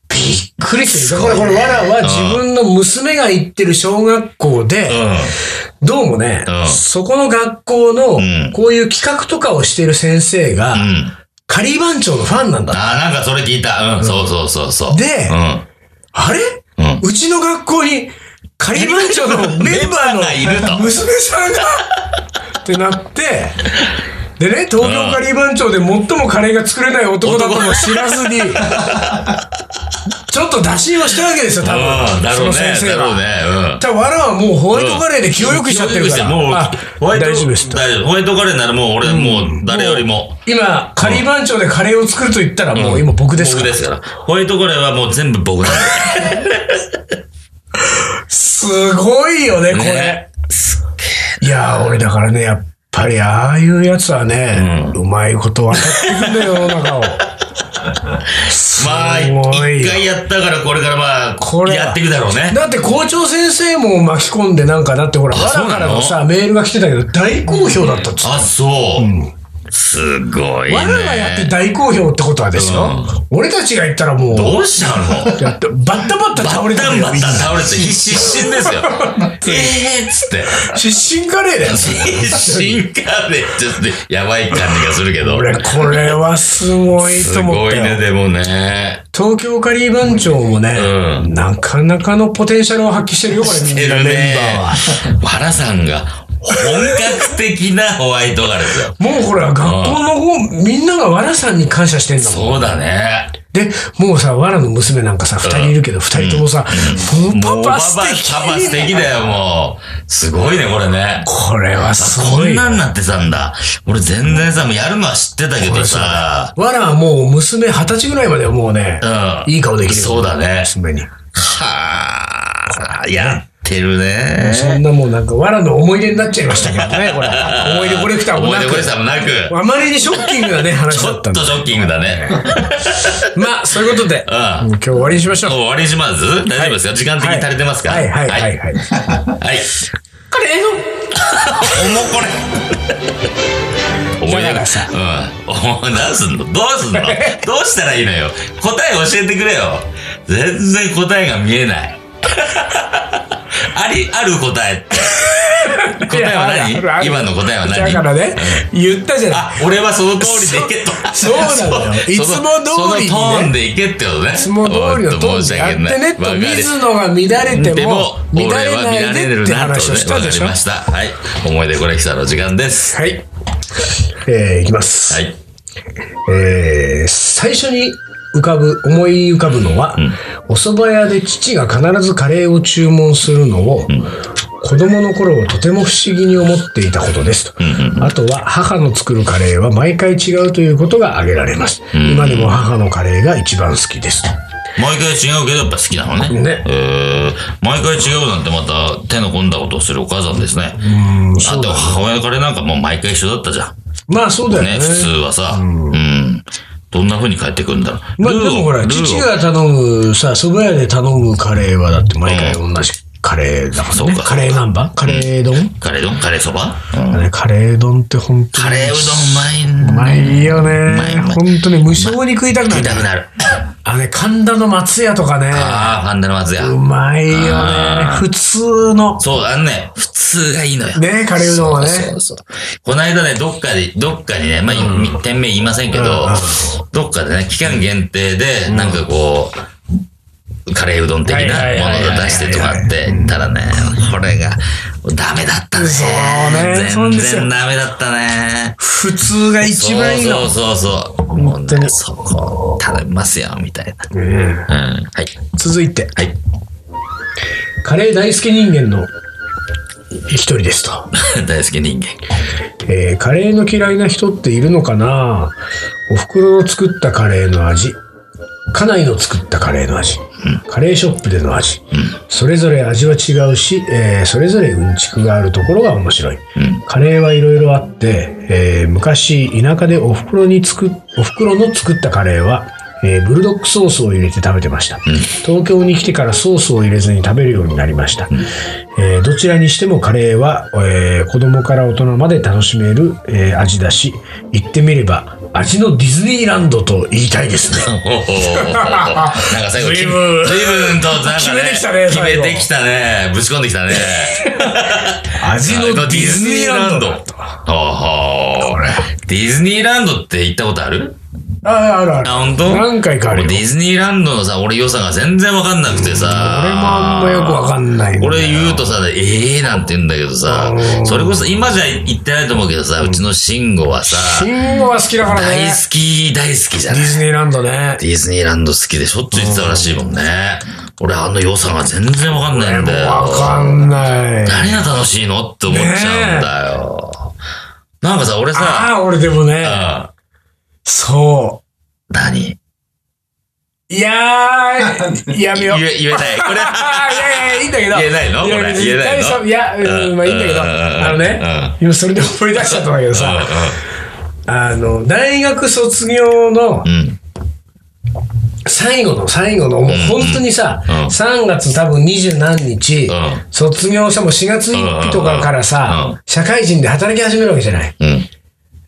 Speaker 1: びっくりしてる。だからこれ、わらは自分の娘が行ってる小学校
Speaker 2: うん。
Speaker 1: で、どうもね
Speaker 2: うん、
Speaker 1: そこの学校の
Speaker 2: ん、
Speaker 1: こういう企画とかをしてる先生
Speaker 2: う
Speaker 1: が、
Speaker 2: ん。
Speaker 1: カリー番長のファンなんだ。
Speaker 2: ああ、なんかそれ聞いた。うん。そうそうそうそう。
Speaker 1: で
Speaker 2: う
Speaker 1: あれ
Speaker 2: ん。うん。
Speaker 1: うちの学校に、カリ番長のメンバーの
Speaker 2: メンバーがいると
Speaker 1: 娘さんがってなって、でね、東京カリー番長で最もカレーが作れない男だとも知らずに、ちょっと打診をしたわけですよ、多
Speaker 2: うん。
Speaker 1: 分。
Speaker 2: だ
Speaker 1: そ
Speaker 2: ろうね
Speaker 1: の。先生
Speaker 2: だろう
Speaker 1: が。
Speaker 2: ね。うん。
Speaker 1: ただわらはもうホワイトカレーで気を良くしちゃってるから。
Speaker 2: もう、
Speaker 1: あ
Speaker 2: ホワイト、
Speaker 1: 大丈夫ですと。
Speaker 2: 大丈夫。ホワイトカレーならもう俺、もう誰よりも。
Speaker 1: 今、カリー番長でカレーを作ると言ったらもう今僕ですか
Speaker 2: 僕
Speaker 1: ら。
Speaker 2: ですから。ホワイトカレーはもう全部僕なんです
Speaker 1: ごいよね、これ。
Speaker 2: ね。
Speaker 1: いやー、俺だからね、や っぱりああいうやつはね、うまいこと渡ってくんだよ、世の中を。
Speaker 2: まあ、
Speaker 1: すごいよ
Speaker 2: 一回やったから、これからまあ、
Speaker 1: これは
Speaker 2: やっていくだろうね。
Speaker 1: だって校長先生も巻き込んでなんかだってほら、
Speaker 2: あ
Speaker 1: わ
Speaker 2: そう
Speaker 1: ら
Speaker 2: な
Speaker 1: か
Speaker 2: の
Speaker 1: らのさ、メールが来てたけど、大好評だったっつっ
Speaker 2: あ、そう。すごい
Speaker 1: て。
Speaker 2: ね。
Speaker 1: わらがやって大好評ってことはですよ。俺たちが言ったらもう、
Speaker 2: どうしたの
Speaker 1: やってバッタバッタ
Speaker 2: バ
Speaker 1: 倒れ
Speaker 2: ッ
Speaker 1: て
Speaker 2: タ
Speaker 1: る
Speaker 2: ン
Speaker 1: よ
Speaker 2: バッタン倒れ て、失神ですよ。えーっつって。
Speaker 1: 失神カレーだよ。
Speaker 2: 失神かね、ちょっとやばい感じがするけど。
Speaker 1: 俺、これはすごい
Speaker 2: す
Speaker 1: と思っ
Speaker 2: ご
Speaker 1: た
Speaker 2: い
Speaker 1: よ。
Speaker 2: ね、でもね。
Speaker 1: 東京カリー番長もね、
Speaker 2: う
Speaker 1: なかなかのポテンシャルを発揮してるよ、これみんなメンバーは。
Speaker 2: は。バラさんが本格的なホワイトガラスよ。
Speaker 1: もうこれは学校の方、みんながわらさんに感謝してんだもん。
Speaker 2: そうだね。
Speaker 1: で、もうさ、わらの娘なんかさ、二人いるけど、二人ともさ、も
Speaker 2: も
Speaker 1: う
Speaker 2: う
Speaker 1: パ
Speaker 2: パ
Speaker 1: パ
Speaker 2: パ
Speaker 1: 素敵
Speaker 2: パパ素敵だよ、もう。すごいね、これね。
Speaker 1: これはす
Speaker 2: こ
Speaker 1: ご
Speaker 2: ん
Speaker 1: い。
Speaker 2: な
Speaker 1: わ
Speaker 2: んなってたんだ。俺全然さ、もうやるのは知ってたけどさ。
Speaker 1: らはもう娘二十歳ぐらいまではもうね、
Speaker 2: うん
Speaker 1: いい顔できる。
Speaker 2: そうだね
Speaker 1: 娘に。
Speaker 2: はあ、やってるね。
Speaker 1: そんなもうなんか、わらの思い出になっちゃいましたけどね、これ。思い出コレクターも
Speaker 2: 思い
Speaker 1: な
Speaker 2: 出これ
Speaker 1: く。
Speaker 2: さもなく。
Speaker 1: あまりにショッキングなね、話
Speaker 2: ち
Speaker 1: だ
Speaker 2: ょ
Speaker 1: っ
Speaker 2: った
Speaker 1: んで
Speaker 2: と。ショッキングだ ね。
Speaker 1: まあ、そういうことで、
Speaker 2: うん
Speaker 1: 今日終わりにしましょう。
Speaker 2: 終わりにします大丈夫ですか時間的に足りてますか
Speaker 1: はいはいはいはい。
Speaker 2: はい。
Speaker 1: カレーの
Speaker 2: 重これ。思い
Speaker 1: だ
Speaker 2: 出
Speaker 1: か
Speaker 2: が
Speaker 1: らさ
Speaker 2: うん。おどうすんのどうすんのどうしたらいいのよ。答え教えてくれよ。全然答えが見えない。あり、ある答えって。答えは何
Speaker 1: いやあるある
Speaker 2: 今の答えは何
Speaker 1: だからね、言ったじゃない。
Speaker 2: あ、俺はその通りでいけと。
Speaker 1: そうそうなのよ
Speaker 2: そ
Speaker 1: いつも通りにね
Speaker 2: そのトーンでいけってことね。い
Speaker 1: いつも通りのトーンでやってねと、水野が乱れて
Speaker 2: で
Speaker 1: も
Speaker 2: も、、
Speaker 1: 乱
Speaker 2: 俺
Speaker 1: れ
Speaker 2: は見
Speaker 1: な
Speaker 2: ら
Speaker 1: い
Speaker 2: れ
Speaker 1: で
Speaker 2: る
Speaker 1: って
Speaker 2: なと、ね、
Speaker 1: 話をした
Speaker 2: わか
Speaker 1: で
Speaker 2: り
Speaker 1: しょ。
Speaker 2: ました。はい。思い出コレクターの時間です。
Speaker 1: はい。えー、いきます。
Speaker 2: はい。
Speaker 1: えー、最初に浮かぶ、思い浮かぶのは、お蕎麦屋で父が必ずカレーを注文するのを、子供の頃とても不思議に思っていたことですと。あとは母の作るカレーは毎回違うということが挙げられます。今でも母のカレーが一番好きですと。
Speaker 2: 毎回違うけど、やっぱ好きなのね。
Speaker 1: ね
Speaker 2: えー、毎回違うなんてまた手の込んだことをするお母さんですね。
Speaker 1: うん、
Speaker 2: あ
Speaker 1: そう
Speaker 2: と
Speaker 1: だ。
Speaker 2: 母親のカレーなんかもう毎回一緒だったじゃん。
Speaker 1: まあそうだよ
Speaker 2: ね、普通はさ。うん。どんな風に帰ってくるんだろう。
Speaker 1: まあ
Speaker 2: ルー
Speaker 1: で
Speaker 2: を
Speaker 1: もほら、
Speaker 2: ルーを
Speaker 1: 父が頼む、さ、蕎麦屋で頼むカレーはだって毎回同じカレーだか
Speaker 2: そ
Speaker 1: らね
Speaker 2: うかそう。か
Speaker 1: カレーなんばカレー丼、
Speaker 2: カレー丼カレーそば、
Speaker 1: あれカレー丼って本当に。
Speaker 2: カレーうどんうまいん
Speaker 1: う
Speaker 2: だ
Speaker 1: まいよね
Speaker 2: まいまい。
Speaker 1: 本当に無性に食いたくな
Speaker 2: 食い
Speaker 1: る。
Speaker 2: たくなる。
Speaker 1: あれ、神田の松屋とかね。
Speaker 2: ああ、ファンダの松や。
Speaker 1: うまいよね
Speaker 2: あ。ー
Speaker 1: 普通の。
Speaker 2: そう、あのね、普通がいいのよ。
Speaker 1: ねカレーうどんはね
Speaker 2: そうそうそう。この間ね、どっかで、どっかにね、まあ、店名言いませんけど、どっかでね、期間限定で、なんかこう、カレーうどん的なも
Speaker 1: はいはいはいはい
Speaker 2: のを出してとかって、たらね、これが、ダメだったね。
Speaker 1: そうねそうなん
Speaker 2: 全
Speaker 1: ですよ
Speaker 2: 然ダメだったね。
Speaker 1: 普通が一番いいの。
Speaker 2: そうそうそうそう。もう
Speaker 1: 当に
Speaker 2: ね、そこ、頼みますよ、みたいな。
Speaker 1: うん
Speaker 2: うん。はい。
Speaker 1: 続いて、
Speaker 2: はい。
Speaker 1: カレー大好き人間の一人ですと。
Speaker 2: 大好き人間。
Speaker 1: えーカレーの嫌いな人っているのかなお袋の作ったカレーの味。家内の作ったカレーの味。カレーショップでの味。それぞれ味は違うし、えーそれぞれうんちくがあるところが面白い。
Speaker 2: うん
Speaker 1: カレーはいろいろあって、えー昔田舎でお袋に作っお袋の作ったカレーは、えーブルドックソースを入れて食べてました、東京に来てからソースを入れずに食べるようになりました、えーどちらにしてもカレーは、えー子供から大人まで楽しめる、えー味だし言ってみれば味のディズニーランドと言いたいですね
Speaker 2: おおなんか最後、
Speaker 1: 随
Speaker 2: 随
Speaker 1: 分
Speaker 2: 分、随分と、なんかね、
Speaker 1: 決めてきたね
Speaker 2: 決
Speaker 1: 最後
Speaker 2: めてきたね。ぶち込んできたね。
Speaker 1: 味のディズニーランド
Speaker 2: ほうほうディズニーランドって行ったことある
Speaker 1: ああるある
Speaker 2: あ、本当？
Speaker 1: 何回かある
Speaker 2: も
Speaker 1: よ
Speaker 2: うディズニーランドのさ、俺良さが全然わかんなくてさ。
Speaker 1: 俺もあんまよくわかんないんだよ
Speaker 2: 俺言うとさ、ええー、なんて言うんだけどさ
Speaker 1: う、ん
Speaker 2: それこそ今じゃ言ってないと思うけどさ、うちの慎吾はさ、
Speaker 1: 信号は好きだから
Speaker 2: 大
Speaker 1: ね
Speaker 2: 好き、大好きじゃ
Speaker 1: デ
Speaker 2: ない
Speaker 1: ィズニーランドね
Speaker 2: ディズニーランド好きでしょっちゅう言ってたらしいもんね。俺あの良さが全然わかんないんだよ。
Speaker 1: わかんない。
Speaker 2: 何が楽しいのって思っちゃうんだよ。なんかさ、俺さ、
Speaker 1: ああ、俺でもね、
Speaker 2: あ
Speaker 1: そ
Speaker 2: 何
Speaker 1: う。いやー、 やめよう。
Speaker 2: 言え、言えない。これ、
Speaker 1: ああ、い やいやいや、いいんだけど。
Speaker 2: 言えないのこれ
Speaker 1: 別に
Speaker 2: 言えないの
Speaker 1: 大丈夫いや、うん、まあいいんだけど。
Speaker 2: うん
Speaker 1: あのね、今それで思い出しちゃったんだけどさ、あの、大学卒業の
Speaker 2: う、ん、うん。
Speaker 1: 最後の最後の、もう本当にさ、
Speaker 2: うん
Speaker 1: 3月多分二十何日、
Speaker 2: うん
Speaker 1: 卒業しても4月1日とかから
Speaker 2: うんう
Speaker 1: さ、社会人で働き始めるわけじゃない。
Speaker 2: うん。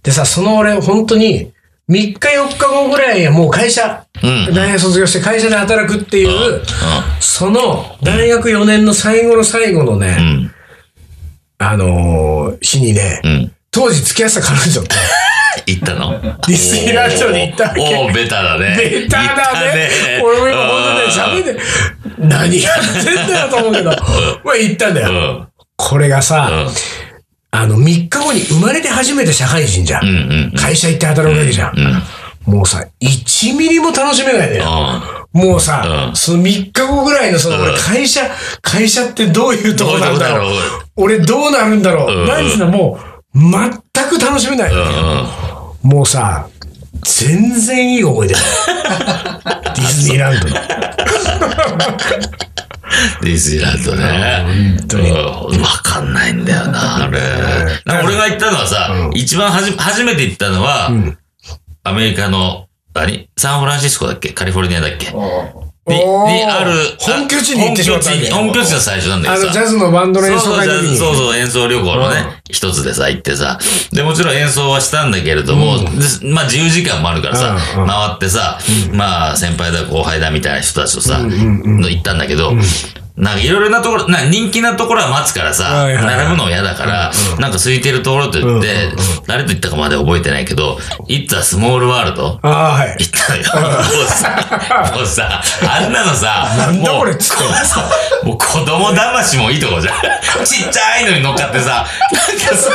Speaker 1: でさ、その俺、本当に、3日4日後ぐらいはもう会社、
Speaker 2: うん
Speaker 1: 大学卒業して会社で働くっていう、
Speaker 2: う
Speaker 1: その、大学4年の最後の最後のね、
Speaker 2: ん。
Speaker 1: あのー日にね、
Speaker 2: うん。うん。
Speaker 1: 当時付き合ってた彼女 と、
Speaker 2: 行ったの
Speaker 1: ディズニーランドに行ったわけ
Speaker 2: おーおー、ベタだね。
Speaker 1: ベタだね
Speaker 2: 行った。
Speaker 1: 俺も今本当ね、喋って、何やってんだよと思うけど、まあ言ったんだ
Speaker 2: う
Speaker 1: よ。
Speaker 2: ん。
Speaker 1: これがさ、
Speaker 2: うん
Speaker 1: あの、3日後に生まれて初めて社会人じゃん。
Speaker 2: うんうん。
Speaker 1: 会社行って働くわけじゃん。もうさ、1ミリも楽しめないね。
Speaker 2: う
Speaker 1: もうさ、
Speaker 2: うん
Speaker 1: その3日後ぐらいのその、
Speaker 2: う
Speaker 1: 俺
Speaker 2: ん
Speaker 1: 会社、会社ってどういうとこなんだろう。
Speaker 2: どういうとこだろ
Speaker 1: 俺どうなるんだろ
Speaker 2: う
Speaker 1: う。
Speaker 2: ん
Speaker 1: なんつうの、もう、全く楽しめない。もうさ、全然いい 思い出だよ。ディズニーランドの。
Speaker 2: ん。ディズニーランドね。本当に。わかんないんだよな、あれ。なんか俺が行ったのはさ、一番はじ、初めて行ったのは、アメリカの、何サンフランシスコだっけカリフォルニアだっけに、
Speaker 1: おー
Speaker 2: にある、
Speaker 1: 本拠地に行ってしまったんだよ
Speaker 2: 本拠地本拠地の最初なんだ
Speaker 1: あ
Speaker 2: けど
Speaker 1: の、
Speaker 2: さ。
Speaker 1: ジャズのバンドの演奏
Speaker 2: そう
Speaker 1: 会の
Speaker 2: そう
Speaker 1: 時に。
Speaker 2: そうそう、演奏旅行のね、一つでさ、行ってさ。で、もちろん演奏はしたんだけれども、でまあ自由時間もあるからさ、
Speaker 1: うんうん
Speaker 2: 回ってさ、まあ先輩だ、後輩だみたいな人たちとさ、の行ったんだけど、なんかいろいろなところ、なんか人気なところは待つからさ、
Speaker 1: はいはいはい
Speaker 2: 並ぶの嫌だから、なんか空いてるところと言って、誰と行ったかまで覚えてないけど、行ったスモールワールド
Speaker 1: ああ、はい。
Speaker 2: 行ったのよ。もうさ、もうさ、あんなのさ、
Speaker 1: なんだ
Speaker 2: もう
Speaker 1: これっつって
Speaker 2: こうさもう子供騙しもいいとこじゃん。ちっちゃいのに乗っかってさ、なんかさ、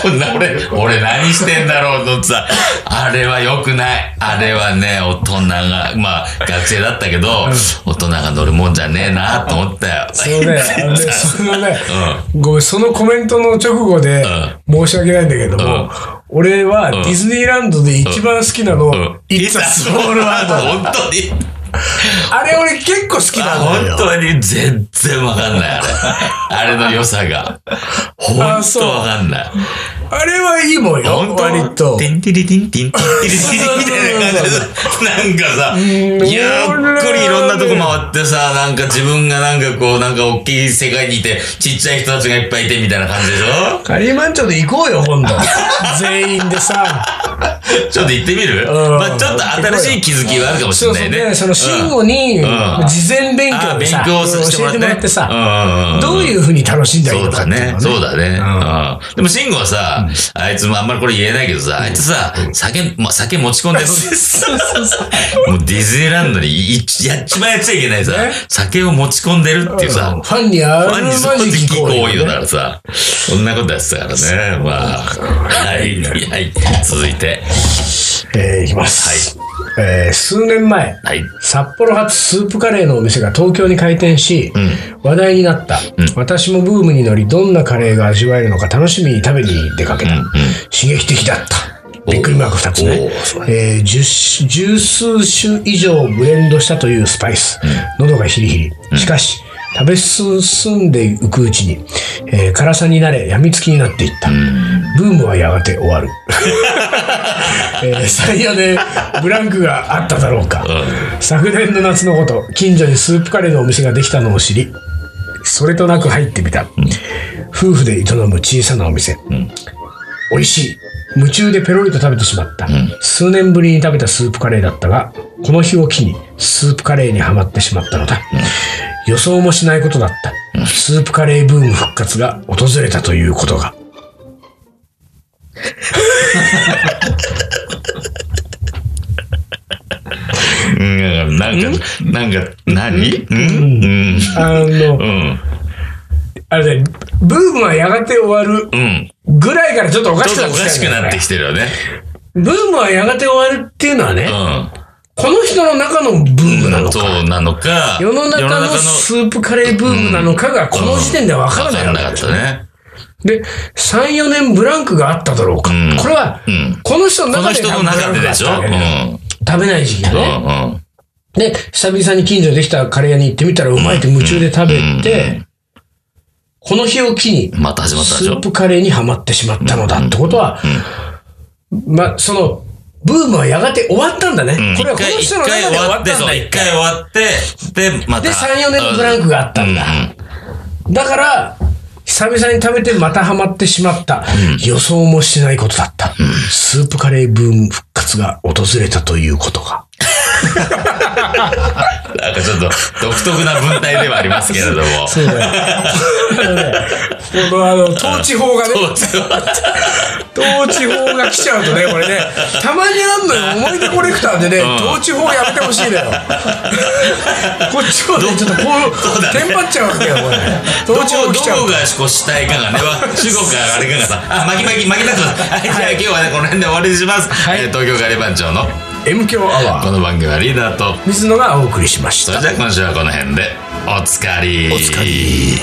Speaker 2: こんな俺、俺何してんだろうと思ってさ、あれは良くない。あれはね、大人が、まあ、学生だったけど、大人が乗るもんじゃねえなと思った よ。
Speaker 1: そうね、あのね、そのね、
Speaker 2: う
Speaker 1: ごめん、そのコメントの直後で申し訳ないんだけど
Speaker 2: うん
Speaker 1: も、俺はディズニーランドで一番好きなの
Speaker 2: うん、
Speaker 1: It's a Small World。
Speaker 2: 本当に。
Speaker 1: あれ俺結構好きなの
Speaker 2: 本
Speaker 1: よ。
Speaker 2: 当に全然わかんない、あれ。あれの良さが。本
Speaker 1: あ
Speaker 2: 当
Speaker 1: そう
Speaker 2: わかんない。
Speaker 1: あれはいいもんよ、
Speaker 2: 本当
Speaker 1: 割と。
Speaker 2: ティンティリティンティンティンティリティリみたいな感じで、なんかさ、ゆっくりいろんなとこ回ってさ、なんか自分がなんかこう、なんか大きい世界にいて、ちっちゃい人たちがいっぱいいてみたいな感じでしょ
Speaker 1: カリーマンチョで行こうよ、今度。全員でさ。
Speaker 2: ちょっと行ってみる
Speaker 1: うん
Speaker 2: まあちょっと新しい気づきはあるかもし
Speaker 1: そ
Speaker 2: れ
Speaker 1: う
Speaker 2: な
Speaker 1: そう
Speaker 2: い
Speaker 1: ね、
Speaker 2: ね。
Speaker 1: その慎吾に
Speaker 2: うん
Speaker 1: 事前勉
Speaker 2: あ
Speaker 1: 強で
Speaker 2: 勉
Speaker 1: さ、
Speaker 2: 強させて
Speaker 1: 教
Speaker 2: も
Speaker 1: えて
Speaker 2: らってね
Speaker 1: もらってさ、
Speaker 2: うんうんん
Speaker 1: どういうふうに楽しんだらいい
Speaker 2: そう
Speaker 1: のかっ
Speaker 2: だ
Speaker 1: ていう
Speaker 2: ね
Speaker 1: の。
Speaker 2: そう
Speaker 1: ね。
Speaker 2: だね。うん。でも、慎吾はさ、あいつもあんまりこれ言えないけどさ、あいつさ、酒、まあ、酒持ち込んでる。
Speaker 1: そうそうそう。
Speaker 2: もうディズニーランドにいいやっちまえちゃいけないさ、酒を持ち込んでるっていうさ、
Speaker 1: ファンに会う
Speaker 2: ファンにそ
Speaker 1: ま
Speaker 2: こで
Speaker 1: じ
Speaker 2: 聞
Speaker 1: き
Speaker 2: こ
Speaker 1: 行
Speaker 2: う
Speaker 1: 為
Speaker 2: よ
Speaker 1: よ
Speaker 2: だ
Speaker 1: ね
Speaker 2: からさ、そんなことやってたからね。まあ、はい、はい、続いて。
Speaker 1: えー、いきます。えー数年前、
Speaker 2: はい。
Speaker 1: 札幌発スープカレーのお店が東京に開店し、話題になった、私もブームに乗り、どんなカレーが味わえるのか楽しみに食べに出かけた。刺激的だった。びっくりマーク2つ
Speaker 2: お
Speaker 1: ね
Speaker 2: ーそ。
Speaker 1: えー、10十数種以上ブレンドしたというスパイス。喉がヒリヒリ。しかし、食べ進んでいくうちに、えー辛さになれ、病みつきになっていった。ブームはやがて終わる。 えー、最夜でブランクがあっただろうか、昨年の夏のこと近所にスープカレーのお店ができたのを知りそれとなく入ってみた、夫婦で営む小さなお店、美味しい夢中でペロリと食べてしまった、数年ぶりに食べたスープカレーだったがこの日を機にスープカレーにはまってしまったのだ、予想もしないことだった、スープカレーブーム復活が訪れたということが
Speaker 2: うん、なんか、なんか、何うん、うん、
Speaker 1: あの、
Speaker 2: うん、
Speaker 1: あれねブームはやがて終わる
Speaker 2: うん。
Speaker 1: ぐらいからちょっとおか
Speaker 2: ちょ
Speaker 1: しく
Speaker 2: っと
Speaker 1: なっ
Speaker 2: お
Speaker 1: てき
Speaker 2: かしく
Speaker 1: たよね
Speaker 2: なってきてるよね。
Speaker 1: ブームはやがて終わるっていうのはね、
Speaker 2: うん。
Speaker 1: この人の中のブームなのか、
Speaker 2: そうなのか。
Speaker 1: 世の中のスープカレーブームなのかがこの時点では分からない
Speaker 2: わ
Speaker 1: わ
Speaker 2: か
Speaker 1: け
Speaker 2: ん
Speaker 1: で
Speaker 2: な
Speaker 1: す
Speaker 2: かったね。
Speaker 1: で、3、4年ブランクがあっただろうか。
Speaker 2: うん
Speaker 1: これは、
Speaker 2: うん
Speaker 1: この人の
Speaker 2: この
Speaker 1: 中で
Speaker 2: 人の中ででしょ
Speaker 1: ブ
Speaker 2: う
Speaker 1: ランクがあったわけだよ
Speaker 2: ん。
Speaker 1: 食べない時期が
Speaker 2: う
Speaker 1: ね。
Speaker 2: んうん。
Speaker 1: で、久々に近所にできたカレー屋に行ってみたらうまいって夢中で食べ
Speaker 2: うんう
Speaker 1: て、この日を機に、
Speaker 2: また始まったで
Speaker 1: ス
Speaker 2: し
Speaker 1: ー
Speaker 2: ょ
Speaker 1: プカレーにはまってしまったのだってことは、まあ、その、ブームはやがて終わったんだね。
Speaker 2: うん
Speaker 1: これはこの人の中で終わったんだ
Speaker 2: そう一回終わって、で、また。
Speaker 1: で、3、4年のブランクがあったんだ。だから、久々に食べてまたハマってしまった。予想もしないことだった。スープカレーブーム復活が訪れたということが。
Speaker 2: うんなんかちょっと独特な文体ではありますけれど も。
Speaker 1: そうだ よ。こ のあの、統治法がね、統治法が来ちゃうとね、これね、たまにあんの よ、思い出コレクターでね、
Speaker 2: ん
Speaker 1: 統治法やってほしい のよ。こっちもね、ちょっとこ
Speaker 2: そうだ
Speaker 1: う、
Speaker 2: ね
Speaker 1: テンパっちゃうわけよ、これ。
Speaker 2: どう
Speaker 1: 統治法来ちゃ
Speaker 2: ど
Speaker 1: う
Speaker 2: う。がこうしたいかがね、わ中国があれかがさ、あ、巻き巻き巻きなってます。はい、じゃあ今日はね、この辺で終わりにします。
Speaker 1: い
Speaker 2: えー東京ガリバン長の
Speaker 1: M 強アワ
Speaker 2: こ
Speaker 1: ー、
Speaker 2: の番組はリーダーと、
Speaker 1: 水野がお送りしまし
Speaker 2: そ
Speaker 1: た
Speaker 2: れ。じゃあ今週はこの辺で、おつかり。
Speaker 1: おつかり